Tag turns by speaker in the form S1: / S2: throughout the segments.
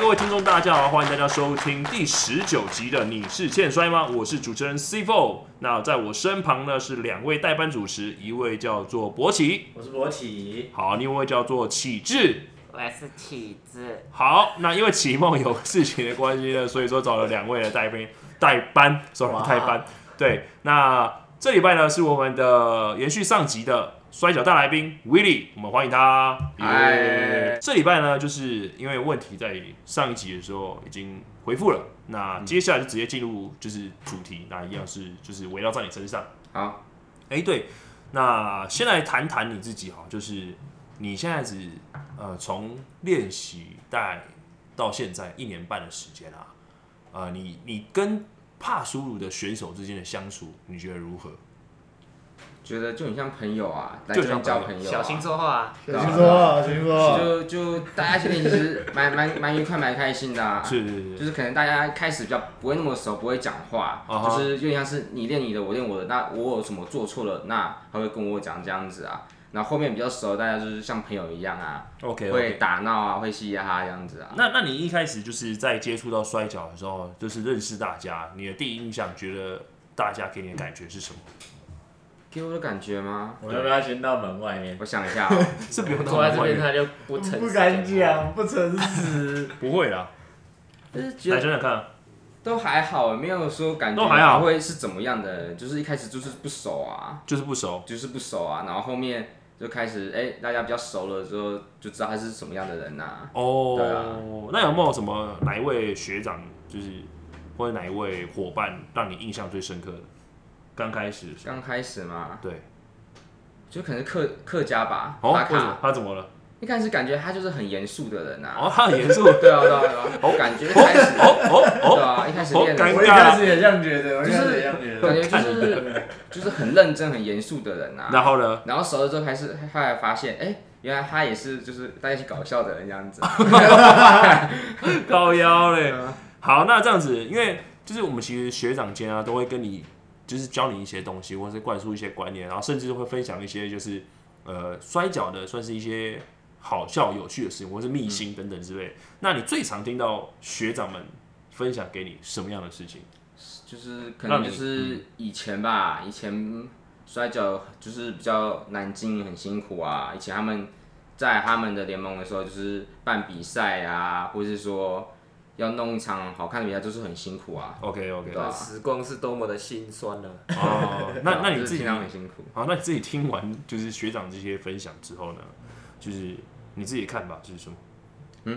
S1: 各位听众大家好，欢迎大家收听第十九集的《你是欠摔吗》，我是主持人 C Four。那在我身旁呢是两位代班主持，一位叫做博奇，
S2: 我是博启，
S1: 好，另一位叫做启智。
S3: 我是体质，
S1: 好，那因为启梦有事情的关系呢，所以说找了两位的代班代班，sorry
S2: 哇
S1: 代班。对，那这礼拜呢是我们的延续上集的摔跤大来宾 w i l l y 我们欢迎他。
S2: 嗨
S1: 这礼拜呢，就是因为问题在上一集的时候已经回复了，那接下来就直接进入就是主题，那一样是就是围绕在你身上。
S2: 好，
S1: 哎、对，那先来谈谈你自己哈，就是你现在只呃从练习带到现在一年半的时间啊，呃，你你跟帕苏鲁的选手之间的相处，你觉得如何？
S2: 觉得就很像朋友啊，来
S1: 就
S2: 这
S1: 很像
S2: 边交朋友啊、
S3: 小心说话啊。
S4: 小心说话，小心说话。
S2: 就就大家心里其实蛮蛮蛮愉快、蛮开心的、啊，
S1: 是是，
S2: 就是是可能大家开始比较不会那么熟，不会讲话
S1: 啊哈
S2: 就是有点像是你练你的，我练我的，那我有什么做错了，那他会跟我讲这样子啊。然后后面比较熟，大家就是像朋友一样啊
S1: OK
S2: 会
S1: OK。
S2: 打闹啊，会嘻嘻哈哈这样子啊。
S1: 那那你一开始就是在接触到摔跤的时候，就是认识大家，你的第一印象觉得大家给你的感觉是什么？
S2: 给我的感觉吗？
S5: 我们要不要先到门外面？
S2: 我想一下、哦，
S1: 是不用
S5: 坐在这边
S1: 面，
S5: 他就不诚实
S4: 不敢，讲，不诚 实。
S1: 不会啦，
S2: 就是觉
S1: 来
S2: 得
S1: 想想看啊，
S2: 都还好，没有说感觉
S1: 都还好
S2: 会是怎么样的，就是一开始就是不熟啊，
S1: 就是不熟，
S2: 就是不熟啊，然后后面就开始哎、大家比较熟了之后，就知道他是什么样的人呐、啊。
S1: 哦、
S2: 对啊
S1: 那有没有什么哪一位学长，就是或者哪一位伙伴让你印象最深刻的？刚开始的时候，
S2: 刚开始嘛，
S1: 对，
S2: 就可能客客家吧，
S1: 哦，
S2: 打
S1: 为什么
S2: 卡，
S1: 他怎么 了？
S2: 一开始感觉他就是很严肃的人啊。
S1: 哦，他很严肃，
S2: 对啊，对啊，对啊，感觉一开始，
S1: 哦哦
S2: 对
S1: 哦，
S2: 啊，一开始
S1: 好
S2: 练的
S1: 尴
S4: 我一开始也这样觉得，我一开始也这样觉
S2: 感
S4: 得。
S2: 觉就是就是很认真、很严肃的人啊。
S1: 然后呢？
S2: 然后熟了之后，还是后来发现，哎、原来他也是就是大家一起搞笑的人这样子。
S1: 高腰嘞。
S2: 啊
S1: 好，那这样子，因为就是我们其实学长间啊，都会跟你就是教你一些东西，或者是灌输一些观念，然后甚至会分享一些就是呃摔跤的，算是一些好笑有趣的事情，或是秘辛等等之类。
S2: 嗯
S1: 那你最常听到学长们分享给你什么样的事情？
S2: 就是可
S1: 嗯
S2: 能就是以前吧，以前摔跤就是比较难经营，很辛苦啊。以前他们在他们的联盟的时候，就是办比赛啊，或是说要弄一场好看的比赛，就是很辛苦啊。
S1: OK OK，
S2: 对啊啊
S3: 时光是多么的心酸呢、
S1: 哦，那那你自己
S2: 平常很辛苦。
S1: 好，那你自己听完就是学长这些分享之后呢，就是你自己的看法是什么？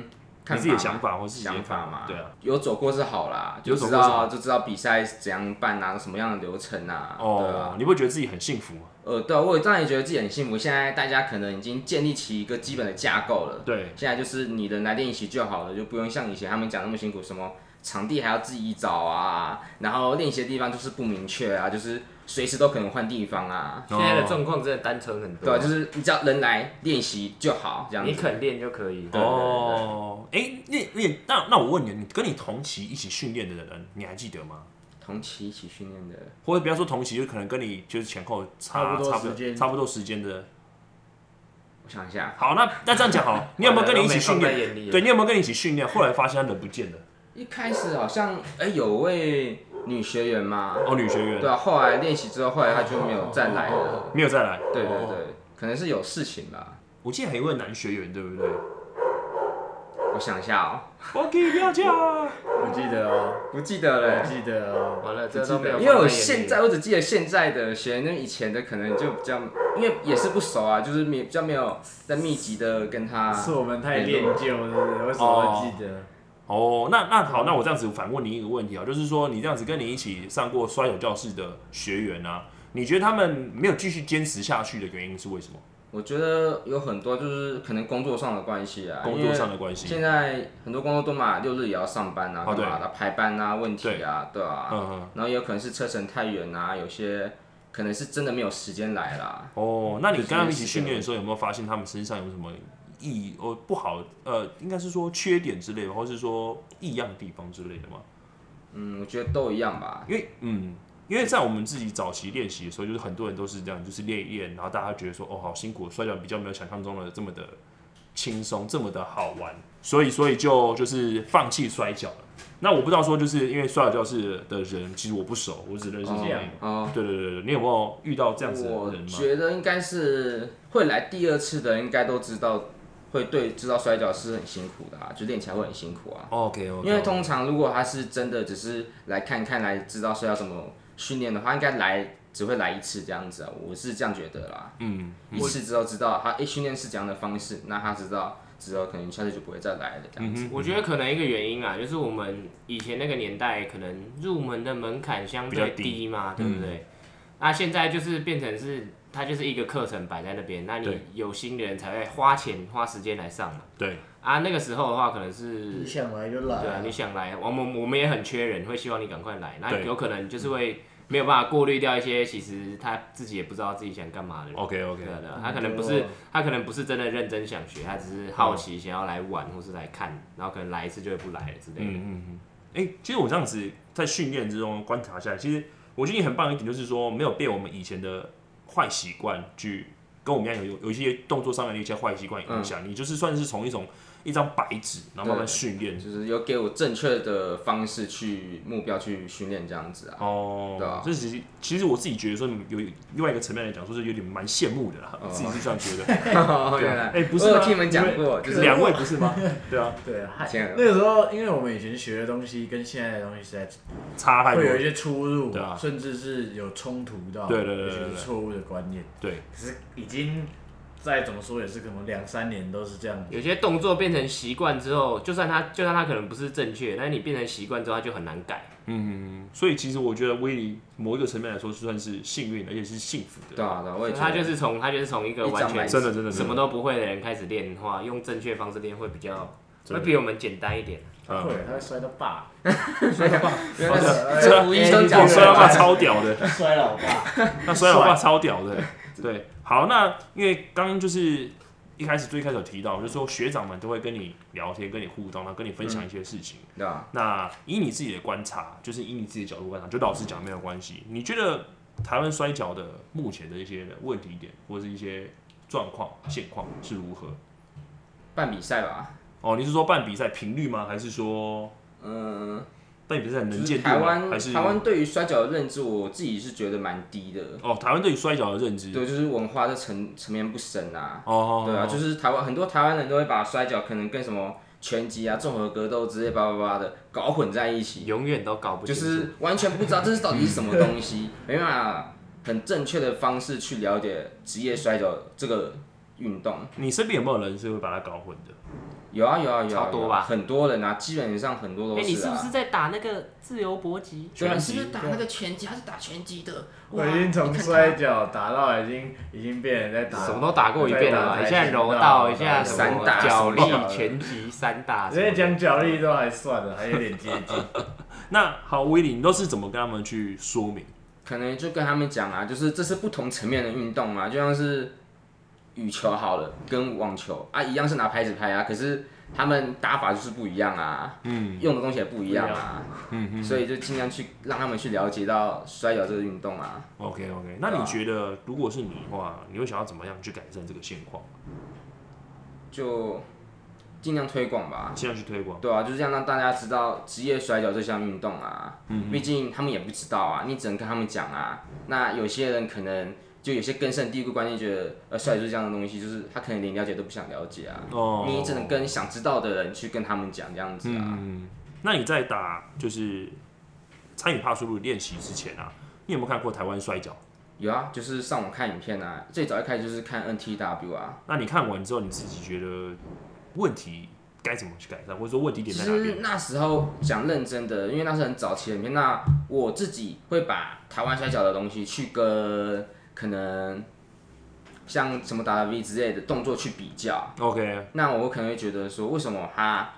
S2: 看
S1: 你自己的想法或是自己的
S2: 想法嘛，
S1: 对啊，
S2: 有走过是好啦，
S1: 有
S2: 就
S1: 走
S2: 知
S1: 过是好
S2: 道就知道比赛是怎样办啊，什么样的流程啊，对啊
S1: 哦，，你不会觉得自己很幸福吗？
S2: 呃，对啊，我也当然也觉得自己很幸福。现在大家可能已经建立起一个基本的架构了，
S1: 对，
S2: 现在就是你人来练习就好了，就不用像以前他们讲那么辛苦，什么场地还要自己找啊，然后练习的地方就是不明确啊，就是随时都可能换地方啊。
S1: 哦
S3: 现在的状况真的单纯很
S2: 对
S3: 多，
S2: 啊，就是你只要人来练习就好，这样
S3: 你
S2: 子。
S3: 肯练就可以。
S2: 对
S1: 哦，哎，那那那那我问你，你跟你同期一起训练的人，你还记得吗？
S2: 同期一起训练的，
S1: 或者不要说同期，就可能跟你就是前后差
S4: 差不多
S1: 差不
S4: 时间
S1: 差不多时间的。
S2: 我想一下，
S1: 好，那那这样讲好 了，你有没有跟你一起训
S3: 都没放在
S1: 练？
S3: 眼里
S1: 对，你有没有跟你一起训练？后来发现他人不见了。
S2: 一开始好像哎、有位女学员嘛，
S1: 哦，女学员
S2: 对啊，后来练习之后，后来她就没有再来了。
S1: 没有再来。
S2: 对对
S1: 哦，
S2: 对，可能是有事情吧。
S1: 我记得还有一位男学员，对不 对
S2: 我想一下哦，
S1: ？OK，不要这样。
S4: 我记得哦，
S2: 不记得
S4: 我
S2: 了。
S4: 记得哦。
S3: 完了，这都没有放在眼里。
S2: 因为我现在我只记得现在的学员，那以前的可能就比较，因为也是不熟啊，就是没比较没有在密集的跟他。
S4: 是我们太恋旧了，为什么会记得？
S1: 哦，那那好，那我这样子反问你一个问题啊，就是说你这样子跟你一起上过摔跤教室的学员啊，你觉得他们没有继续坚持下去的原因是为什么？
S2: 我觉得有很多就是可能工作上的关系啊，
S1: 工作上的关系
S2: 因为现在很多工作都嘛，六日也要上班啊，
S1: 哦
S2: 干
S1: 对
S2: 嘛的排班啊，问题啊，对啊，
S1: 嗯嗯
S2: 然后也有可能是车程太远啊，有些可能是真的没有时间来啦。
S1: 哦，那你
S2: 就是
S1: 跟他们一起训练的时候，有没有发现他们身上有什么异哦不好呃，应该是说缺点之类的，或是说异样的地方之类的吗？
S2: 嗯，我觉得都一样吧。
S1: 因为嗯，因为在我们自己早期练习的时候，就是很多人都是这样，就是练一练，然后大家觉得说哦好辛苦，摔跤比较没有想象中的这么的轻松，这么的好玩，所以所以就就是放弃摔跤了。那我不知道说，就是因为摔跤教室的人，其实我不熟，我只认识
S2: 哦
S1: 这样。
S2: 哦，
S1: 对对对对，你有没有遇到这样子的
S2: 我
S1: 人吗？
S2: 觉得应该是会来第二次的，应该都知道，会对知道摔跤是很辛苦的啊，就练起来会很辛苦啊。
S1: OK OK，
S2: 因为通常如果他是真的只是来看看来知道是要怎么训练的话，应该来只会来一次这样子啊，我是这样觉得啦。
S1: 嗯，
S2: 一次之后知道他诶训练是怎样的方式，那他知道之后可能下次就不会再来了这样
S1: 嗯
S2: 子。
S3: 我觉得可能一个原因啊，就是我们以前那个年代，可能入门的门槛相
S1: 比
S3: 对
S1: 较嗯
S3: 低嘛，对不对？那现在就是变成是它就是一个课程摆在那边，那你
S1: 对
S3: 有心的人才会花钱花时间来上嘛。
S1: 对，
S3: 啊，那个时候的话，可能是
S4: 你想来就来
S3: 对啊，
S4: 啊，
S3: 你想来，我们我们也很缺人，会希望你赶快来。那
S1: 对
S3: 有可能就是会没有办法过滤掉一些其实他自己也不知道自己想干嘛的人。
S1: OK OK，
S3: 对啊对啊，他可能不是他可能不是真的认真想学，他只是好奇想要来玩或是来看，然后可能来一次就会不来了之类的。
S1: 嗯嗯嗯。哎、其实我这样子在训练之中观察下来，其实我觉得你很棒的一点就是说，没有被我们以前的坏习惯去跟我们一样有有有一些动作上面的一些坏习惯影响、你就是算是从一种一张白纸，然后慢慢训练。
S2: 就是有给我正确的方式去目标去训练这样子啊。对
S1: 哦
S2: 啊，
S1: 这其实其实我自己觉得说有另外一个层面来讲，说是有点蛮羡慕的啦，
S2: 哦
S1: 自己是这样觉得。
S2: 哦 原来
S1: 哎、不是
S2: 我
S1: 吗
S2: 有听你们讲过，哦就是
S1: 两位不是吗？对啊，
S4: 对啊，还
S2: 这样
S4: 那个时候，因为我们以前学的东西跟现在的东西实在
S1: 差太多
S4: 会。有一些出入，
S1: 对啊
S4: 甚至是有冲突到，
S1: 对对对
S4: 尤其
S1: 对对
S4: 是错误的观念。
S1: 对，
S4: 可是已经再怎么说也是可能两三年都是这样子。
S3: 有些动作变成习惯之后，就算他就算他可能不是正确，但是你变成习惯之后，他就很难改。
S1: 所以其实我觉得威利某一个层面来说算是幸运，而且是幸福的。
S2: 对啊对啊，我也觉得
S3: 他就是从他就是从一个
S2: 一张
S3: 完
S2: 白
S3: 全
S2: 纸
S1: 真的真的
S3: 什
S1: 真
S3: 么
S1: 的
S3: 都不会的人开始练的话，用正确方式练会比较
S1: 真
S3: 会
S1: 的
S3: 比我们简单一点。
S1: 嗯
S4: 会，他会摔到爸，
S2: 原来
S1: 哎
S2: 是这无意中
S1: 哦，
S2: 讲出
S1: 摔
S2: 来
S1: 老爸
S2: 的。
S1: 超屌 的，
S4: 摔老爸。
S1: 那摔老爸超屌的，对。好，那因为刚刚就是一开始最开始有提到，就是说学长们都会跟你聊天、跟你互动，然后跟你分
S2: 嗯
S1: 享一些事情。
S2: 对啊，
S1: 那以你自己的观察，就是以你自己的角度观察，就老实讲没有关系。你觉得台湾摔跤的目前的一些问题点，或者是一些状况、现况是如何？
S2: 办比赛吧，
S1: 哦，你是说办比赛频率吗？还是说
S2: 嗯。
S1: 办比赛能
S2: 就
S1: 见
S2: 是
S1: 度
S2: 台
S1: 吗？
S2: 湾
S1: 还是
S2: 台湾对于摔跤的认知，我自己是觉得蛮低的。
S1: 哦，台湾对于摔跤的认知？
S2: 对，就是文化这层层面不深啊。
S1: 哦，
S2: 对啊，就是台湾很多台湾人都会把摔跤可能跟什么拳击啊、综合格斗之类叭叭叭的搞混在一起，
S3: 永远都搞不
S2: 就
S3: 清楚。
S2: 是完全不知道这是到底是什么东西，没办法很正确的方式去了解职业摔跤这个运动。
S1: 你身边有没有人是会把它搞混的？
S2: 有啊有啊有啊，
S3: 超多
S2: 有啊
S3: 吧
S2: 很多人啊，基本上很
S3: 哎、
S2: 多都
S3: 你是不
S2: 啊
S3: 是。在打那个自由搏击？
S2: 对啊，
S1: 拳
S2: 你
S1: 击
S2: 是不是打那个拳击？还是打拳击的？
S4: 我
S2: 哇
S4: 已经从
S2: 你看他
S4: 摔跤打到已经已经变成在打
S3: 什么都打过一遍了吧，
S4: 对
S3: 一
S4: 打
S3: 下柔道，一下什
S2: 散
S3: 么
S2: 打
S3: 脚力
S2: 什么、的
S3: 拳击、散打
S4: 直
S3: 啊什么
S4: 接
S3: 的。
S4: 讲脚力都还算了，还有点接近。
S1: 那好，威利，你都是怎么跟他们去说明？
S2: 可能就跟他们讲啊，就是这是不同层面的运动嘛，就像是羽球好了，跟网球啊一样是拿拍子拍啊，可是他们打法就是不一样啊，嗯，用的东西也不一样啊，嗯，所以就尽量去让他们去了解到摔跤这个运动啊。
S1: OK OK，那你觉得如果是你的话，你会想要怎么样去改善这个现况？
S2: 就尽量推广吧。
S1: 尽量去推广。
S2: 对啊，就是这样让大家知道职业摔跤这项运动啊，毕竟他们也不知道啊，你只能跟他们讲啊。那有些人可能就有些根深蒂固观念，觉得呃摔跤就是这样的东西，就是他可能连了解都不想了解啊。
S1: 哦
S2: 你只能跟想知道的人去跟他们讲这样子啊。
S1: 那你在打就是参与帕苏鲁练习之前啊，你有没有看过台湾摔跤？
S2: 有啊，就是上网看影片啊，最早一开始就是看 NTW 啊，
S1: 那你看完之后，你自己觉得问题该怎么去改善，或者说问题
S2: 其
S1: 点在哪
S2: 实
S1: 边？
S2: 那时候讲认真的，因为那是很早期的影片。那我自己会把台湾摔跤的东西去跟可能像什么 W 之类的动作去比较，
S1: OK，
S2: 那我可能会觉得说，为什么他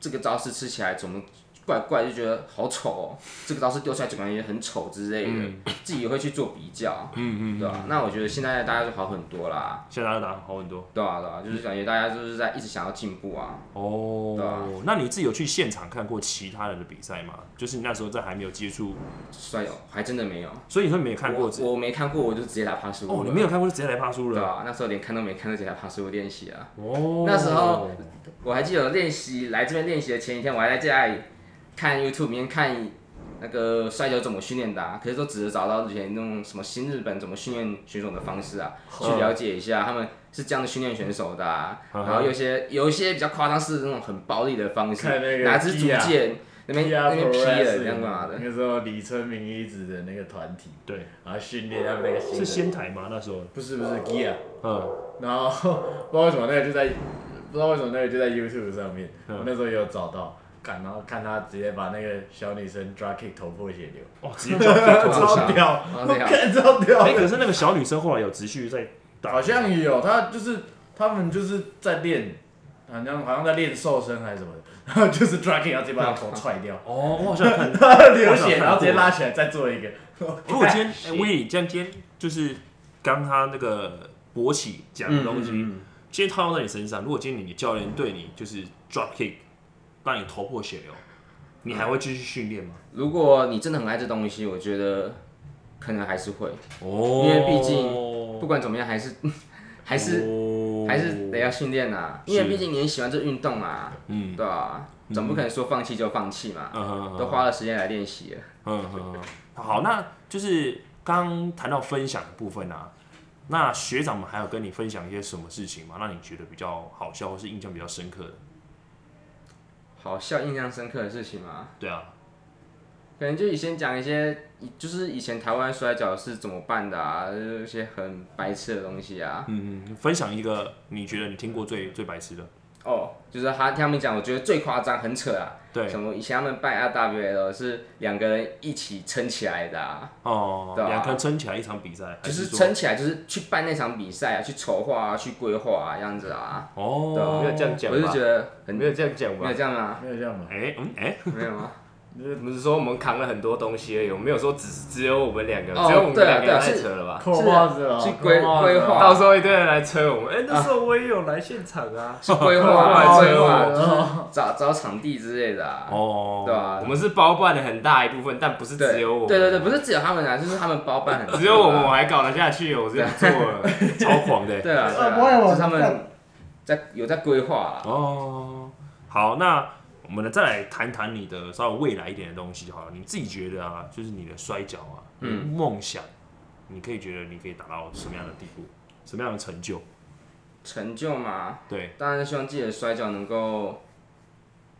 S2: 这个招式吃起来怎么怪怪，就觉得好丑哦，这个招式丢出来怎么也很丑之类的，
S1: 嗯
S2: 自己也会去做比较，嗯嗯，对吧、那我觉得现在大家就好很多啦，
S1: 现在大家打好很多
S2: 对吧、对吧、就是感觉大家就是在一直想要进步啊，对
S1: 哦
S2: 啊。
S1: 那你自己有去现场看过其他人的比赛吗？就是你那时候在还没有接触，
S2: 摔跤还真的没有，
S1: 所以你说你没看过
S2: 我
S1: 这
S2: 我没看过，我就直接打帕苏
S1: 哦，你
S2: 了，
S1: 没有看过就直接来帕输
S2: 对
S1: 了
S2: 啊，那时候连看都没看，就直接打帕苏练习啊。
S1: 哦。
S2: 那时候我还记得练习来这边练习的前一天，我还在家里看 YouTube 里面看那个摔跤怎么训练的、啊，可是都只是找到以前那种什么新日本怎么训练选手的方式啊，去了解一下他们是这样的训练选手的、啊，
S1: 嗯哼
S2: 然后有些有一些比较夸张是那种很暴力的方式
S4: 看那，个
S2: 拿支竹
S4: Kia
S2: 剑 那边
S4: PR
S2: 那边劈
S4: Pro
S2: 人
S4: Wrestling，
S2: 这样嘛的，
S4: 那时候李春明一直的那个团体，
S1: 对，
S4: 然后训练他们那个新
S1: 是
S4: 人
S1: 仙台吗？那时候，
S4: 不是不是 Gia，
S1: 嗯，
S4: 然后不知道为什么那个就在不知道为什么那个就在 YouTube 上面，我那时候也有找到。看，然后看他直接把那个小女生 drag kick 头破血流，
S1: 哦，直 接叫哎
S4: 超屌，
S2: 哦
S4: 我
S2: 那样
S4: 看超屌，
S1: 可是那个小女生后来有持续在打，，
S4: 好像也有，他就是他们就是在练，好像好像在练瘦身还是什么的，然后就是 dragging，然后直接把他头踹掉
S1: 哦，我好像 看。
S4: 流
S1: 我好像
S4: 血，
S1: 看
S4: 然后直接
S1: 过
S4: 拉起来再做一个，
S1: 如果 今天哎威利，这样今天就是刚他那个勃起讲的东西，
S2: 嗯
S1: 今天套用在你身上，如果今天你的教练对你就是 drop kick，让你头破血流，你还会继续训练吗？
S2: 如果你真的很爱这东西，我觉得可能还是会，
S1: 哦
S2: 因为毕不管怎么样还是 还是还是得要训练啊，因为
S1: 是
S2: 毕竟你也喜欢这运动啊，
S1: 嗯
S2: 对啊，总不可能说放弃就放弃嘛，
S1: 嗯
S2: 都花了时间来练习了。
S1: 嗯嗯，好，那就是刚谈到分享的部分啊。那学长们还有跟你分享一些什么事情吗？让你觉得比较好笑或是印象比较深刻的？
S2: 好笑、印象深刻的事情嘛，
S1: 对啊，
S2: 可能就以前讲一些，就是以前台湾摔跤是怎么办的啊，就是一些很白痴的东西啊。
S1: 嗯，嗯，分享一个你觉得你听过最最白痴的，
S2: 哦，就是他他们讲，我觉得最夸张、很扯啊。
S1: 对，
S2: 什么以前他们办 RWL 是两个人一起撑起来的啊，
S1: 哦，
S2: 对啊
S1: 两个人撑起来一场比赛，
S2: 就
S1: 还是
S2: 是
S1: 说
S2: 撑起来，就是去办那场比赛啊，去筹划啊，去规划啊，这样子啊。对
S1: 哦
S2: 啊，
S3: 没有这样讲
S2: 我就
S3: 吧
S2: 觉？得很
S3: 没有这样讲
S2: 没
S3: 吧
S2: 有？这样 啊，
S4: 没有这样吧？
S1: 哎，嗯，哎，
S2: 没有啊吗？
S3: 我们是说我们扛了很多东西而已，我们没有说只只有我们两个，
S2: 哦
S3: 只有我们
S2: 对啊
S3: 两个人
S2: 对啊
S3: 太
S2: 是啊
S3: 扯了吧？
S4: 扣帽子了，
S2: 去
S4: 扣
S2: 规
S4: 帽子哦
S2: 规
S4: 了
S2: 划
S3: 到时候一堆人来催我们，哎，那时候我也有来现场啊。
S2: 是规划
S3: 哦
S2: 啊，规划
S4: 哦
S2: 就是找找场地之类的啊，
S1: 哦，
S2: 对吧
S3: 我？们是包办了很大一部分，但不是
S2: 对
S3: 只有我，
S2: 对对对，，不是只有他们啊，就是他们包办很多啊，
S3: 只有我们我还搞得下去，我这样做了。
S1: 超狂的，
S2: 对啊，对
S4: 呃不会
S2: 啊，
S4: 我
S2: 就是他
S4: 看
S2: 们在有在规划啊，
S1: 哦，好，那我们呢再来谈谈你的稍微未来一点的东西好了。你自己觉得啊，就是你的摔跤啊，
S2: 嗯
S1: 梦想，你可以觉得你可以达到什么样的地步，什么样的成就？
S2: 成就嘛，
S1: 对，
S2: 当然希望自己的摔跤能够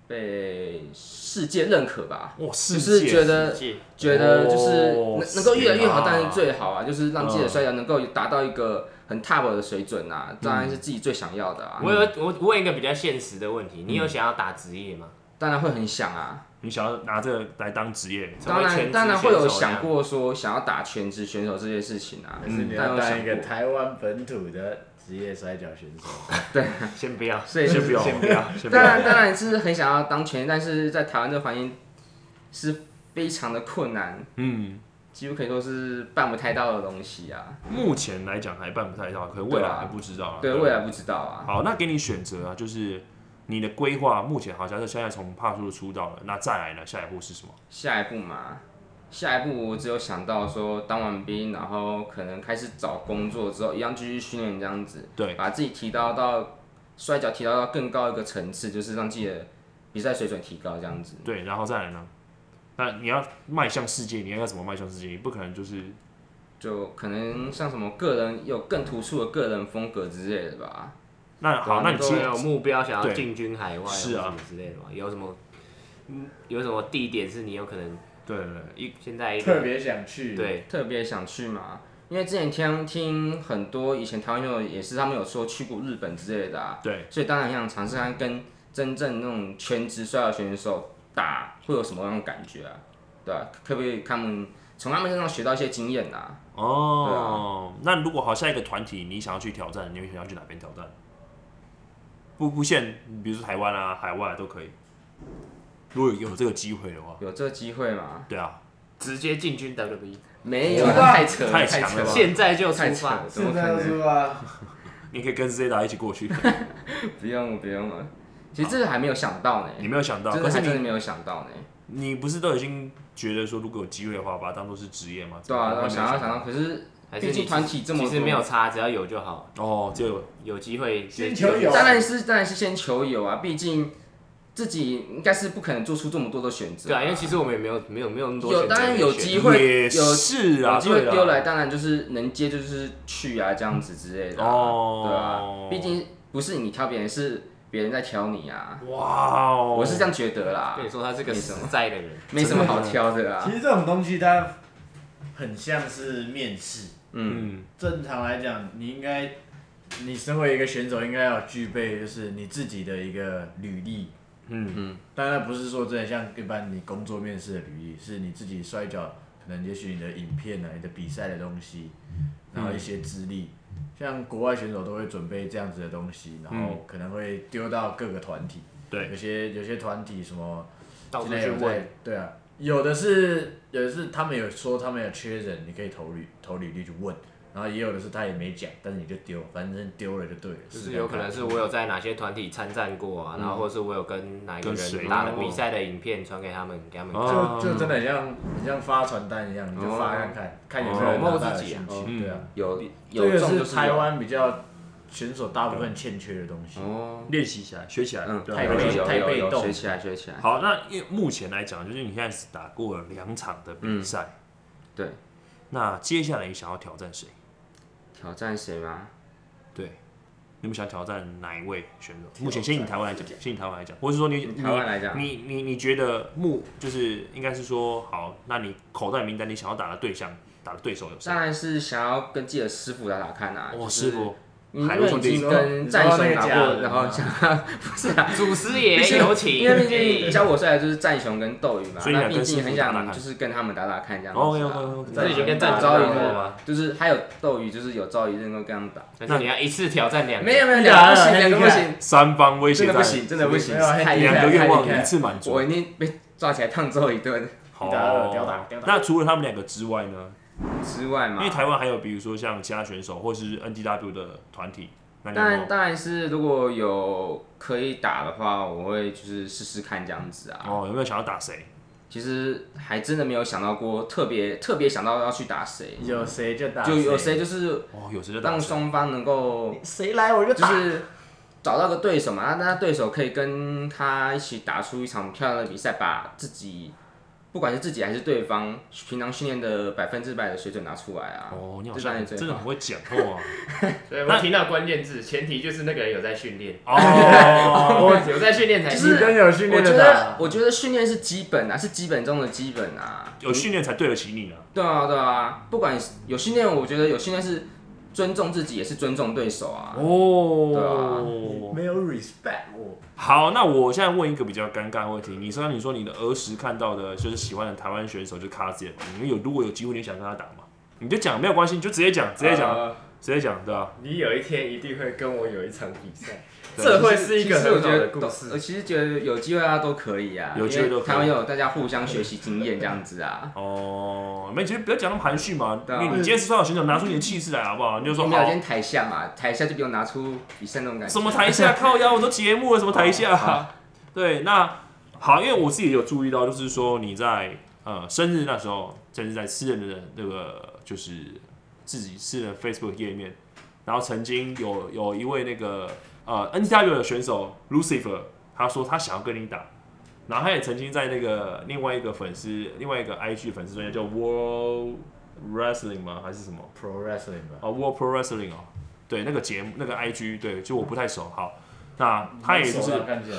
S2: 被世界认可吧，
S1: 哇，
S2: 就
S1: 世
S2: 是
S1: 界
S2: 觉得觉得就是能能够越来越好，当然是最好啊，就是让自己的摔跤能够达到一个很 top 的水准啊，当然是自己最想要的啊，
S3: 我有我我问一个比较现实的问题，
S2: 嗯
S3: 你有想要打职业吗？
S2: 当然会很想啊，
S1: 你想要拿这个来当职业，
S3: 成
S2: 当
S3: 为全
S2: 然
S3: 职
S2: 当然会有
S3: 选手这样
S2: 想过说想要打全职选手这件事情啊，
S4: 可嗯是你
S2: 但
S4: 要
S2: 有
S4: 当一
S2: 想
S4: 个
S2: 过，
S4: 台湾本土的职业摔跤选手，
S3: 先不要，
S2: 所以
S1: 先不要，
S3: 先不要，
S1: 先不
S2: 当
S1: 要。
S2: 然当然是很想要当全职，但是在台湾这个环境是非常的困难，
S1: 嗯，
S2: 几乎可以说是办不太到的东西啊，
S1: 目前来讲还办不太到，可能未
S2: 对
S1: 来
S2: 啊
S1: 还不知道啊。
S2: 对
S1: 吧
S2: 未来不知道啊，
S1: 好，那给你选择啊，就是你的规划目前好像是现在从帕苏出道了，那再来呢，下一步是什么？
S2: 下一步嘛，下一步我只有想到说当完兵，然后可能开始找工作之后，一样继续训练这样子，
S1: 对，
S2: 把自己提高到摔跤提高到更高一个层次，就是让自己的比赛水准提高这样子。
S1: 对，然后再来呢？那你要迈向世界，你要怎么迈向世界？你不可能就是
S2: 就可能像什么个人有更突出的个人风格之类的吧。
S1: 那好，那你
S2: 啊
S3: 都
S1: 先
S3: 有目标想要
S1: 对
S3: 进军海外，
S1: 是啊
S3: 什么之类的吗？有什么？嗯，有什么地点是你有可能
S1: 对对对，
S3: 一现在 一
S4: 特
S3: 个
S4: 别想去，，
S3: 对
S2: 特别想去嘛，因为之前听听很多以前台湾友也是他们有说去过日本之类的啊，
S1: 对，
S2: 所以当然想尝试看跟真正那种全职摔跤选手打会有什么样的感觉啊，对吧、可不可以他们从他们身上学到一些经验啊？
S1: 哦，那如果好下一个团体你想要去挑战，你会想要去哪边挑战？不不限，比如说台湾啊、海外啊都可以。如果有这个机会的话，
S2: 有这个机会吗？
S1: 对啊，
S3: 直接进军 WWE，
S2: 没有，
S4: 哇
S2: 太扯了，
S1: 太
S2: 太
S1: 强了吧
S2: 了，
S3: 现在就出
S2: 啊太扯
S3: 发
S2: 了，。怎么
S4: 现
S2: 可
S4: 在就
S2: 能？
S4: 出发，
S1: 你可以跟 Zeta 一起过去，
S2: 不用不用了，其实这个还没有想到呢，
S1: 你没有想到，
S2: 这
S1: 可
S2: 个
S1: 是
S2: 还真的
S1: 你
S2: 没有想到呢。
S1: 你不是都已经觉得说，如果有机会的话，把它当做是职业吗？
S2: 对啊，
S1: 怎么
S2: 然
S1: 会
S2: 后
S1: 没
S2: 想要
S1: 有
S2: 想到，可是
S3: 还
S2: 毕
S3: 是
S2: 竟团体这么
S3: 其
S2: 多
S3: 实没有差，只要有就好，
S1: 哦，只有
S3: 有机会
S4: 先求有
S2: 当然是当然是先求有啊，毕竟自己应该是不可能做出这么多的选择
S3: 对
S2: 吧。
S3: 啊，因为其实我们也没有没有没有那么多
S2: 有
S3: 选择
S2: 当然
S3: 可以
S2: 有
S3: 选
S2: 机会
S1: 也
S2: 有
S1: 是啊，
S2: 有机会
S1: 对啦
S2: 丢来，当然就是能接就是去啊，这样子之类的、啊。对
S1: 哦
S2: 啊，，毕竟不是你挑别人，是别人在挑你啊。
S1: 哇哦，
S2: 我是这样觉得啦
S3: 跟，你说他是个
S2: 没
S3: 实
S2: 什么
S3: 在的人，
S2: 没什么好挑的啦
S4: 其。实这种东西它很像是面试，
S2: 嗯，
S1: 嗯，
S4: 正常来讲，你应该，你身为一个选手，应该要具备就是你自己的一个履历。
S1: 嗯
S4: 嗯，当然不是说真的像一般你工作面试的履历，是你自己摔跤，可能也许你的影片啊、你的比赛的东西，然后一些资历。像国外选手都会准备这样子的东西，然后可能会丢到各个团体。
S1: 嗯对
S4: 有些有些团体什么
S3: 到处
S4: 之类
S3: 去
S4: 有在
S3: 问，，
S4: 对啊，有的是有的是他们有说他们有缺人，你可以投履投履历去问，然后也有的是他也没讲，但是你就丢，反正丢了就对了，
S3: 就是
S4: 试
S3: 有可
S4: 看
S3: 能是我有在哪些团体参战过啊，然
S2: 嗯
S3: 后或是我有跟哪一个
S1: 跟谁
S3: 人打的
S1: 打过
S3: 比赛的影片传给他们，给他们
S1: 哦
S3: 看。
S1: 啊
S4: 看就就真的很像很像发传单一样，你就发看看，看有没有人拿
S3: 哦
S4: 到
S3: 自己啊
S4: 兴趣
S1: 嗯
S4: 对啊，
S2: 有
S4: 这
S2: 有
S4: 个
S2: 中就是是
S4: 台
S2: 有
S4: 湾比较选手大部分欠缺的东西，
S2: 哦，
S1: 练习起来，学起来，
S2: 嗯，
S1: 对啊
S4: 太
S2: 有
S4: 被
S2: 有有
S4: 太被
S2: 有
S4: 动
S2: 学起来学起来。
S1: 好，那因为目前来讲，就是你现在只打过了两场的比赛，
S2: 对，
S1: 嗯那接下来你想要挑战谁？
S2: 挑战谁吗？
S1: 对，你们想挑战哪一位选手？目前先以台湾来讲，先以台湾来讲，或是说你
S2: 以台湾来讲
S1: 你你你你觉得目就是应该是说好，那你口袋名单你想要打的对象，打的对手有谁？
S2: 当然是想要跟自己的师傅打打看啊。
S1: 我
S2: 就是
S1: 哦师傅，
S2: 因
S1: 海
S2: 为
S1: 陆
S2: 已
S1: 兄弟嗯
S2: 经跟战雄打
S4: 你说那
S2: 过，
S4: 个
S2: 然后想不是啊，
S3: 祖师 爷有请，
S2: 因为 毕竟教我出来就是战雄跟斗鱼嘛，
S1: 所以你
S2: 那
S1: 想
S2: 毕
S1: 跟师
S2: 竟
S1: 傅
S2: 很
S1: 打打
S2: 想
S1: 看
S2: 就是跟他们打打看这样子、啊。
S1: OK OK OK，
S4: 这
S3: 这
S4: 已
S3: 已
S4: 经
S3: 经
S4: 跟
S3: 跟
S4: 战
S3: 战
S4: 招
S3: 招
S4: 一
S3: 一
S4: 样
S3: 过
S4: 了
S3: 吗？
S2: 就是还有斗鱼，就是有朝一日能够跟他们打。
S3: 但是你要一次挑战两个，
S2: 没有没有，
S4: 一
S2: 两个不
S4: 个
S2: 行，
S4: 人
S2: 两个不行，
S1: 三方威胁
S2: 真的
S1: 战
S2: 不，行，真的不行，
S4: 没有
S2: 太厉
S1: 两
S2: 害
S1: 个
S2: 太
S1: 愿
S2: 厉
S1: 望
S2: 害
S1: 一次满足。
S2: 我一定被抓起来烫揍一顿
S1: 好
S4: 一打二吊打吊打嗯
S1: 那除了他们两个之外呢？
S2: 之外嘛
S1: 因为。台湾还有比如说像其他选手或是 NDW 的团体，那你有
S2: 当
S1: 没有
S2: 然，当然是如果有可以打的话，我会就是试试看这样子啊。
S1: 哦有没有想要打谁？
S2: 其实还真的没有想到过，特别特别想到要去打谁，
S4: 有谁就打，
S2: 就有谁就是
S1: 哦，有谁就打
S2: 让
S1: 谁。
S2: 双方能够
S4: 谁来我就
S2: 就
S4: 打，
S2: 是找到个对手嘛，啊那那对手可以跟他一起打出一场漂亮的比赛，把自己不管是自己还是对方平常训练的百分之百的水准拿出来啊。
S1: 哦，你好
S2: 这当
S1: 像
S2: 然最
S1: 真的
S2: 好
S1: 很会讲话
S3: 所以我听到关键字，前提就是那个人有在训 练，
S1: 啊。 哦，
S3: 有在训练才
S2: 就
S4: 你
S2: 是
S4: 跟有训
S2: 我
S4: 练
S2: 觉
S4: 的
S2: 得
S4: 打，
S2: 我觉得训练是基本啊，是基本中的基本啊。
S1: 有训练才对得起你啊。
S2: 对啊对啊，不管有训练，我觉得有训练是尊重自己，也是尊重对手啊。
S4: 嗯
S1: 哦，
S4: 没有 respect 我，
S1: 好，那我现在问一个比较尴尬的问题。你说你说你的儿时看到的就是喜欢的台湾选手就是卡兹，你有如果有机会你想跟他打吗？你就讲没有关系，你就直接讲，直接
S4: 呃
S1: 讲，
S3: 呃
S1: 直接讲，对吧？
S5: 你有一天一定会跟我有一场比赛，
S1: 对
S5: 这会是一个
S2: 其实我
S5: 很
S2: 觉
S5: 好的
S2: 得
S5: 故
S2: 都，我
S5: 事。
S2: 呃其实觉得有机会大家都可以啊，
S1: 有机会都可以
S2: 因为他们有大家互相学习经验这样子啊。
S1: 哦，没，其实不要讲那么含蓄嘛。
S2: 对啊
S1: 你你今天是多少选手，拿出你的气势来好不好？你就说
S2: 没有，今
S1: 好，
S2: 天台下嘛，台下就不用拿出比赛那种感觉。啊
S1: 什么台下靠腰，我都节目了，什么台 下？对，那好，因为我自己有注意到，就是说你在呃生日那时候，甚至在私人的那个就是自己私人 Facebook 页面，然后曾经有有一位那个呃 NCW 的选手 Lucifer，他说他想要跟你打。然后他也曾经在那个另外一个粉丝，另外一个 IG 粉丝专业叫 World Wrestling 吗？还是什么？
S4: pro wrestling 吧，
S1: 哦，World Pro Wrestling 哦，对，那个节目那个 IG，对，就我不太熟。好，那他也就
S4: 手
S1: 是
S4: 打看起来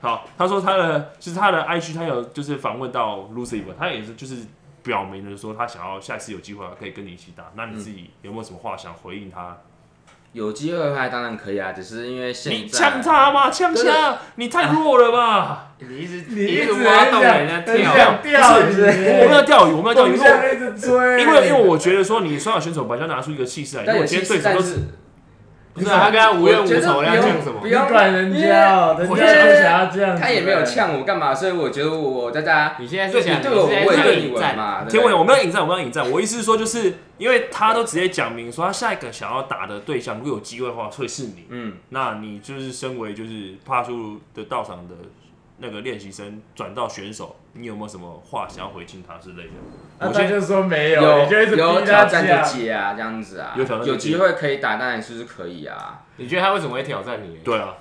S1: 好，他说他的就是他的 IG，他有就是访问到 Lucifer，他也是就是表明了说他想要下次有机会可以跟你一起打。那你自己有没有什么话想回应他？
S2: 有机会的话当然可以啊，只是因为
S1: 你
S2: 现
S1: 呛
S2: 在
S1: 他嘛，呛他，你太弱了吧？
S3: 你一直
S4: 你
S3: 一
S4: 直
S3: 直挖洞人家
S4: 很
S3: 跳，
S4: 想掉，你
S1: 我们要钓鱼，我们要钓鱼，因为
S4: 一直追
S1: 因为因为我觉得说你双打选手本来就要拿出一个气势来，如
S2: 但
S1: 果
S2: 有
S1: 今
S2: 些
S1: 天对手
S2: 但
S1: 都是
S2: 是
S3: 不是啊他跟他无
S2: 我
S3: 怨无
S2: 觉得
S3: 仇，
S2: 不
S3: 要
S2: 用
S3: 呛什么
S2: 不？
S4: 你
S2: 用
S4: 管人家哦，人
S2: 我
S4: 家
S2: 觉
S4: 不
S2: 得
S4: 想要这样子，
S2: 他也没有呛我干嘛，所以我觉得我在大家
S3: 你现在
S2: 对
S3: 是想
S2: 你对我，我也
S3: 你
S2: 对
S3: 对
S2: 你
S3: 赞
S2: 文嘛，对
S1: 听
S2: 不
S1: 我
S2: 对
S1: 讲，我没有引战，我没有引战。我意思是说，就是因为他都直接讲明说，他下一个想要打的对象，如果有机会的话，会是你。
S2: 嗯，
S1: 那你就是身为就是帕苏的道场的那个练习生转到选手，你有没有什么话想要回敬他之类的？我
S4: 啊他
S1: 先
S4: 就说没有，你就一直
S2: 有
S4: 逼
S2: 有
S4: 他
S2: 挑战就
S4: 讲。
S2: 接啊，这样子啊，
S1: 有挑战就
S2: 有
S1: 接
S2: 机会可以打，当然是不是可以啊？
S3: 你觉得他为什么会挑战你？
S1: 对啊，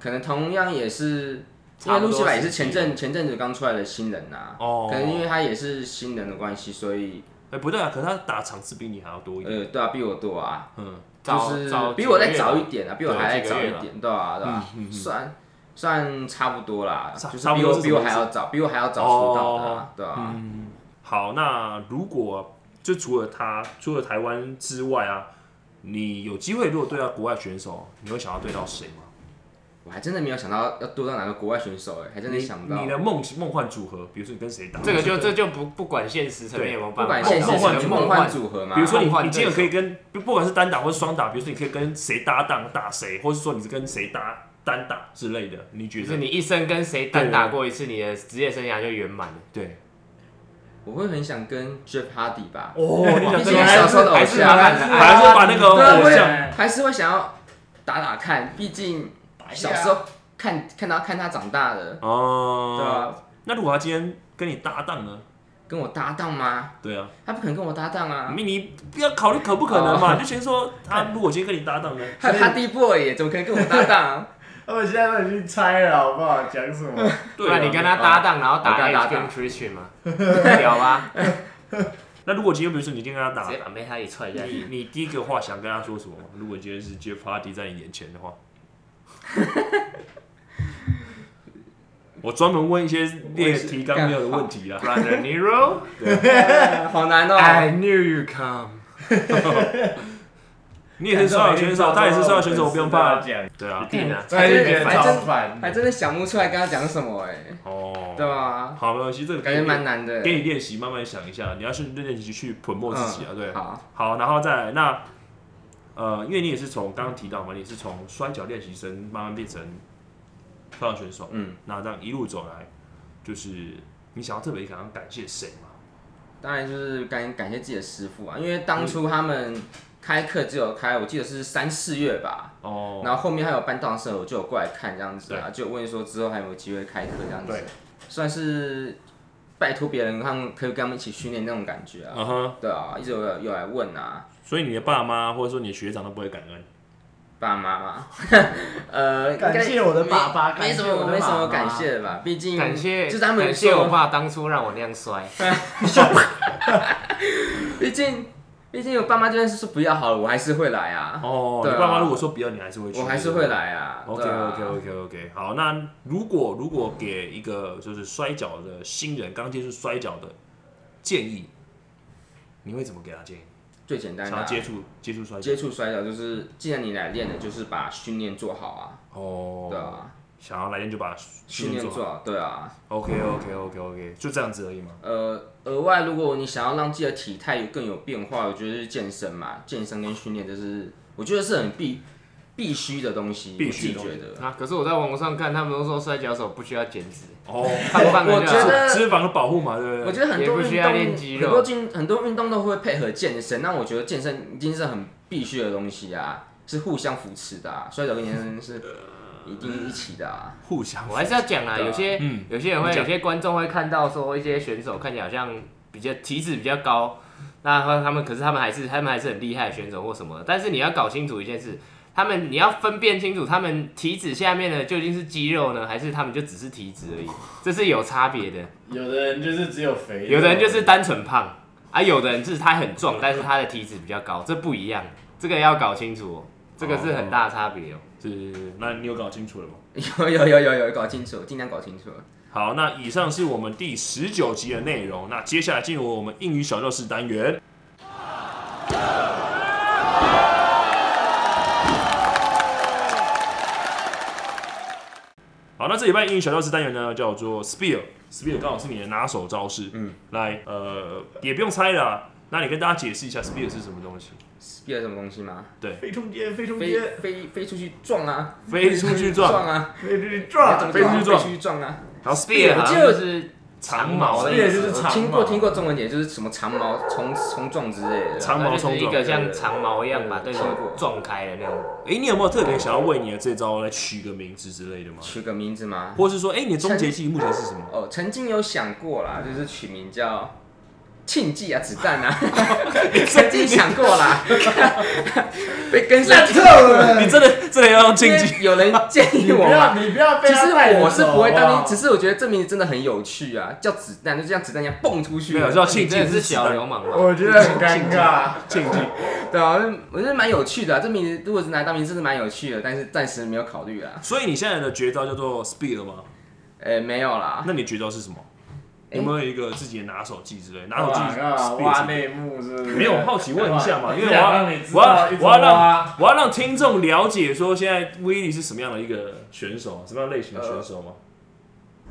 S2: 可能同样也是，因
S3: 差
S2: 为
S3: 不多
S2: 路西法也是
S3: 时期
S2: 前阵前阵子刚出来的新人呐、
S1: 哦
S2: 可能因为他也是新人的关系，所以
S1: 哎、不对啊，可是他打场次比你还要多一点。
S2: 呃，对啊，比我多啊，
S1: 嗯，
S2: 就
S3: 早
S2: 是
S3: 早
S2: 比
S3: 几
S2: 我
S3: 个
S2: 再
S3: 月
S2: 早
S3: 吧
S2: 一点啊，比我
S3: 对
S2: 还再
S3: 几个
S2: 早
S3: 月
S2: 一
S3: 吧
S2: 点，对啊，对啊，算算差不多啦，
S1: 嗯差
S2: 就是
S1: 差不
S2: 比
S1: 多
S2: 我
S1: 是
S2: 比
S1: 什么
S2: 我还
S1: 意嗯
S2: 要早，比我还要
S3: 哦
S2: 早出道的啊，对啊，
S1: 好，那如果就除了他，除了台湾之外啊，你有机会如果对到国外选手，你会想要对到谁吗？
S2: 我还真的没有想到要多到哪个国外选手哎、还真的
S1: 你
S2: 想不到
S1: 你。的梦梦幻组合，比如说你跟谁打？
S3: 这个就这就不不管现实层面有没有
S2: 不
S3: 办法，
S2: 管现实
S1: 梦幻
S2: 是
S1: 组
S2: 梦幻组合嘛，
S1: 比如说你
S3: 梦幻
S1: 你今天
S3: 对手
S1: 可以跟不不管是单打或是双打，比如说你可以跟谁搭档打谁，或是说你是跟谁搭单打之类的，你觉
S3: 就是
S1: 得？
S3: 你一生跟谁单打过一次，你的职业生涯就圆满了。
S1: 对，
S2: 我会很想跟 Jeff Hardy 吧，
S1: 哦，你想
S2: 毕
S1: 跟
S2: 竟我小时候的偶
S3: 还是
S2: 像
S3: 麻
S2: 啊，
S3: 烦的，
S1: 还是把那个
S3: 哦
S2: 对啊
S1: 偶
S2: 会
S1: 像，
S2: 还是会想要打打看，毕竟小时候看看他看他长大的，对
S1: 哦，
S2: 啊，
S1: 那如果他今天跟你搭档呢？
S2: 跟我搭档吗？
S1: 对啊，
S2: 他不可能跟我搭档啊，
S1: 你你不要考虑可不可能
S3: 哦
S1: 嘛，就先说他如果今天跟你搭档呢，
S2: 还有 Hardy Boy 耶，怎么可能跟我搭档？
S4: 他们现在都已经猜了，好不好？讲什么？
S3: 不
S1: 对啊
S3: 然你跟他搭档，然后打
S2: 我跟他
S3: H
S2: 搭
S3: 跟
S2: 档
S3: Christian 嘛，屌吧？
S1: 那如果今天比如说你今天跟他打
S3: 直接，把妹他给踹下
S1: 你
S3: 去。
S1: 你第一个话想跟他说什么吗？如果今天是 Jeff Hardy 在你眼前的 话，我专门问一些列提纲没有的问题啦。
S3: Brother Nero，I
S2: 哎 好难哦，
S3: knew you come。
S1: 你也是摔跤选手，他也是摔跤选手，不用怕。
S4: 讲，
S1: 对啊，
S3: 定啊，
S4: 他一点
S2: 反
S4: 超
S2: 正
S4: 烦。
S2: 还哎真的想不出来跟他讲什么哎，
S1: 哦，
S2: 对吧？
S1: 好，没关系，这个
S2: 感
S1: 给
S2: 觉
S1: 你
S2: 蛮难的。
S1: 给你练习，慢慢想一下，你要去练习去 promote 自己啊，
S2: 嗯
S1: 对。
S2: 好，
S1: 好，然后再来那，呃，因为你也是从刚刚提到嘛，你也是从摔跤练习生慢慢变成摔跤选手，
S2: 嗯，
S1: 那这样一路走来，就是你想要特别想要感谢谁吗？
S2: 当然就是感感谢自己的师傅啊，因为当初他们开课只有开，我记得是三四月吧，
S1: 哦，
S2: 然后后面还有办档社，我就有过来看这样子啊，就有问说之后还有没有机会开课这样子啊
S1: 对，
S2: 算是拜托别人，他们可以跟他们一起训练那种感觉啊。
S1: 嗯哼，
S2: 对啊，一直有有来问啊，
S1: 所以你的爸妈或者说你的学长都不会感恩，
S2: 爸妈嘛，呃，应该
S4: 感谢我的爸爸
S2: 没
S4: 感
S2: 没
S4: 谢
S2: 什
S4: 我
S2: 么
S4: 的
S2: 没什
S4: 妈妈
S2: 么感谢的吧，毕竟
S3: 感谢，
S2: 就是他们
S3: 感谢
S2: 说
S3: 我爸当初让我那样摔。
S2: 毕竟毕竟我爸妈这边是说不要好了，我还是会来啊，
S1: 哦，
S2: 对啊
S1: 你爸妈如果说不要，你还是会去，
S2: 我还是会。来啊。
S1: OK
S2: 对啊
S1: OK OK OK，好，那如果如果给一个就是摔跤的新人，刚接触摔跤的建议，你会怎么给他建议？
S2: 最简单的
S1: 想要
S2: 啊
S1: 接触接触摔跤
S2: 接触摔跤就是，既然你来练了，就是把训练做好啊，
S1: 哦，
S2: 对啊。
S1: 想要来练就把
S2: 训练
S1: 做
S2: 做
S1: 好。
S2: 好，对啊。
S1: OK OK OK OK，就这样子而已嘛。
S2: 呃，额外如果你想要让自己的体态有更有变化，我觉得是健身嘛，健身跟训练这是我觉得是很必必须的东西，
S1: 必须
S2: 我自己
S1: 的
S2: 觉得。
S3: 啊，可是我在网络上看，他们都说摔跤手不需要减 脂，
S1: 哦，
S3: 胖胖的
S2: 我
S3: 就
S2: 觉
S3: 好
S2: 得
S1: 脂肪的保护嘛，对不
S2: 呃我
S1: 对？
S2: 觉得很
S3: 呃
S2: 多
S3: 也不需
S2: 运
S3: 要
S2: 动，
S3: 练肌肉
S2: 很多运很多运动都会配合健身，那我觉得健身一定是很必须的东西啊，是互相扶持的、啊，摔跤跟健身是一定一起的啊。
S1: 互相
S3: 我还是要讲啦，
S2: 对啊
S3: 有些、
S1: 嗯
S3: 有些人会，
S1: 你讲
S3: 有些观众会看到说一些选手看起来好像比较体脂比较高，那他们可是他们还是他们还是很厉害的选手或什么的，但是你要搞清楚一件事。他们，你要分辨清楚，他们体脂下面的究竟是肌肉呢，还是他们就只是体脂而已？这是有差别的。
S4: 有的人就是只有肥，
S3: 有的人就是单纯胖啊，有的人是他很壮，但是他的体脂比较高，这不一样，这个要搞清楚、哦，这个是很大差别哦。
S1: 是，那你有搞清楚了吗？
S2: 有有有有有搞清楚，尽量搞清楚。
S1: 好，那以上是我们第十九集的内容。那接下来进入我们英语小教室单元。好，那这礼拜英语小教室单元呢，叫做 Spear。Spear 刚好是你的拿手招式，嗯，来，呃，也不用猜了啊。那你跟大家解释一下 spear 是什么东西？
S2: spear 什么东西吗？
S4: 飞冲天，飞冲
S2: 飞
S4: 天，
S2: 飞飞出去撞啊，
S1: 嗯飞出去撞
S2: 撞啊，
S4: 飞出去
S2: 你要怎
S4: 撞
S2: 么，
S1: 飞出去撞
S2: 撞啊？飞出去撞啊！
S1: 然后
S3: spear 好像就是
S1: 长矛
S3: 的
S1: 的
S3: 意
S1: 意
S4: Spear
S3: 思
S4: 就是
S2: 我
S4: 长
S2: 听过
S4: 矛
S2: 听过中文点就是什么长矛冲冲撞之类的。
S1: 长
S3: 就
S1: 矛
S3: 是
S1: 冲
S3: 一
S1: 撞。
S3: 个像长矛一样把对
S2: 对
S3: 手
S2: 对对
S3: 撞开的那种。
S1: 哎、你有没有特别想要为你的这招来取个名字之类的吗？
S2: 取个名字吗？
S1: 或是说，哎、你的终结技目前是什么？
S2: 哦，曾经有想过啦，就是取名叫庆忌啊，子 弹啊，曾经想过啦，被跟上
S4: 烂透了。
S1: 你真的真的要用竞
S2: 因
S1: 技？
S2: 为有人建
S4: 你
S2: 议
S4: 不
S2: 我
S4: 要，
S2: 嘛。
S4: 你不要被
S2: 其
S4: 他
S2: 实
S4: 带着
S2: 我是
S4: 走
S2: 不会
S4: 好
S2: 当
S4: 好
S2: 兵，只是我觉得这名字真的很有趣啊，叫子弹，就像子弹一样蹦出去
S1: 没
S2: 的。
S1: 有叫
S3: 你
S1: 竞技
S3: 真的是
S1: 子
S3: 小
S1: 弹
S3: 流氓吧？
S4: 我觉得很尴尬。
S1: 竞技。
S2: 对啊，我觉得蛮有趣的、啊，这名字如果是拿来当兵，真的蛮有趣的，但是暂时没有考虑啦。
S1: 所以你现在的绝招叫做 spear 吗？
S2: 哎、没有啦，
S1: 那你绝招是什么？
S2: 诶
S1: 有没有一个自己的拿手技之类？拿手技
S4: 哇靠
S1: spear
S4: 啊挖
S1: 是
S4: 内幕是不是？
S1: 没有，我好奇问一下 嘛，
S4: 哇
S1: 因为我
S4: 想
S1: 要
S4: 让你知
S1: 我要
S4: 道一直
S1: 我要
S4: 挖
S1: 让我要让听众了解说现在威力是什么样的一个选手，啊什么样类型的选手嘛，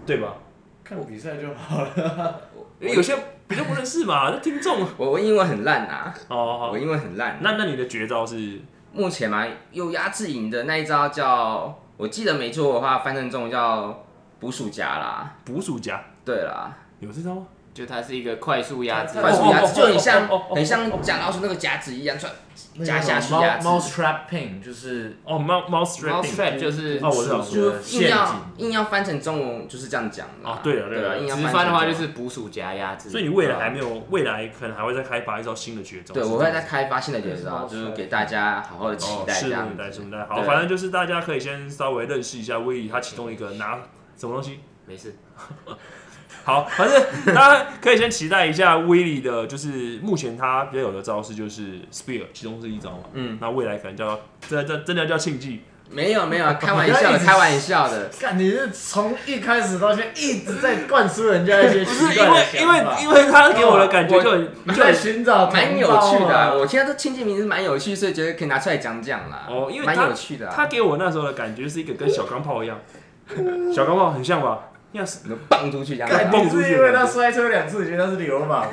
S1: 对吧？
S4: 看比赛就好了。呃
S1: 因为有些比较不认识嘛，那 听众
S2: 我我英文很烂啊，
S1: 哦，好
S2: 我英文很烂、啊
S1: 那那你的绝招是
S2: 目前嘛，有压制营的那一招叫，我记得没错的话，翻成中文叫捕鼠夹啦。
S1: 捕鼠夹，
S2: 对啦，
S1: 有这招吗？
S3: 就它是一个快速压制，
S2: 快速压
S1: 哦哦哦
S2: 制就很像
S1: 哦哦哦
S2: 很像夹老鼠那个夹子一样，穿
S4: 那个
S2: 夹下去
S4: 猫
S2: 夹子
S4: mouse trap pin 就是
S1: 哦，mouse mouse trapping。
S3: mouse trap 就是
S1: 哦我知道
S4: 鼠
S2: 就
S4: 的
S2: 是硬
S4: 陷
S2: 要
S4: 阱。
S2: 硬要翻成中文就是这样讲的啦
S1: 哦对了对
S2: 对
S1: 了
S2: 啊，硬要
S3: 直
S2: 翻
S3: 翻的话
S2: 成
S3: 就
S2: 中文
S3: 是捕鼠夹压制。
S1: 所以你未来
S4: 啊
S1: 还没有，未来可能还会再开发一招新的绝招。
S2: 对，
S1: 是这
S2: 我
S1: 样
S2: 会
S1: 子
S2: 再开发新的解招，就是给大家好好的期
S1: 哦，
S2: 待这
S1: 拭目
S2: 样
S1: 以待，拭
S2: 子。
S1: 目以待。好，
S2: 对
S1: 反正就是大家可以先稍微认识一下威力，他其中一个拿什么东西。
S3: 没事，
S1: 好，反 正大家可以先期待一下威力的，就是目前他比较有的招式就是 spear，其中是一招嘛。
S2: 嗯，
S1: 那未来可能叫真的真的叫庆忌，
S2: 没有没有，开玩笑的，开玩笑的。
S4: 看你是从一开始到现在一直在灌输人家一些
S1: 不
S4: 奇
S1: 是因
S4: 怪
S1: 为
S4: 的想
S1: 因为
S4: 法
S1: 因为他给我的感觉就很
S4: 你
S1: 就
S4: 在
S1: 很
S4: 寻找
S2: 蛮
S4: 同
S2: 有
S4: 胞
S2: 趣的啊、
S4: 啊
S2: 我听到这亲戚名字蛮有趣，所以觉得可以拿出来讲讲啦。
S1: 哦因为
S2: 蛮
S1: 他
S2: 有趣的、啊，
S1: 他给我那时候的感觉是一个跟小钢炮一样，小钢炮很像吧？要是
S2: 能蹦出去这样
S1: 干
S2: 子。
S4: 你是因为他摔车两次，你觉得他是流氓 吗，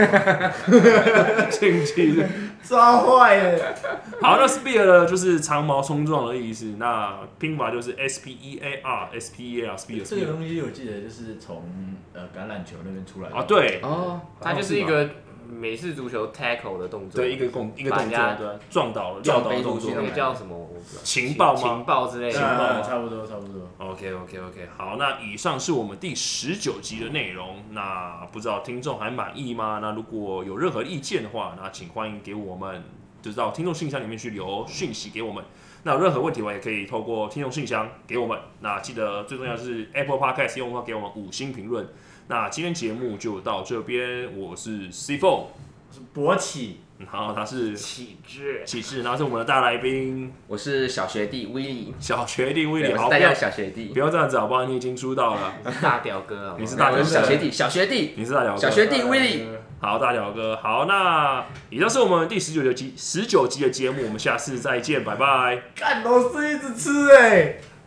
S1: 庆忌是
S4: 抓坏了。
S1: 好，那 spear 呢，就是长矛冲撞的意思，那拼法就是 s p e a r s p e a r spear
S4: 这个
S1: spear
S4: 东西我记得就是从呃橄榄球那边出来的
S1: 啊，，对
S2: 哦，
S3: 它就是一个美式足球 tackle 的动作，
S1: 对，一个动一个
S3: 把
S1: 动
S3: 人
S1: 作，
S3: 家
S1: 对，撞倒了，
S2: 撞
S1: 撂倒的
S2: 飞出
S1: 动
S2: 去
S1: 作
S2: 那。
S3: 那
S2: 种
S3: 个叫什么？我不知道
S1: 情报吗
S3: 情报之类
S1: 情报
S3: 的。
S1: 啊
S4: 嗯差不多差不多。
S1: OK OK OK，好，那以上是我们第十九集的内容。那不知道听众还满意吗？那如果有任何意见的话，那请欢迎给我们，就是到听众信箱里面去留讯息给我们。那有任何问题的话，也可以透过听众信箱给我们。那记得最重要的是 Apple Podcast 用户给我们五星评论。那今天节目就到这边，我是 C Four，
S4: 是勃起，
S1: 然后他是
S3: 体质。
S1: 启智，然后是我们的大来宾
S2: 我是小学弟威利，
S1: 小学弟威
S2: 对
S1: 廉，
S2: 我
S1: 好，
S2: 是
S1: 不
S2: 大家
S1: 要
S2: 的小学
S1: 不
S2: 弟，
S1: 要这样子好不好？你已经出道 了，
S3: 大屌哥啊！
S1: 你是
S2: 没
S1: 大
S2: 有我是小学弟，小学弟，
S1: 你是大屌哥，
S2: 小学
S4: 哎
S2: 弟威利，
S1: 好，大屌哥，好，那以上是我们第十九集十九集的节目，我们下次再见，拜拜。
S4: 干螺丝一直吃哎、欸。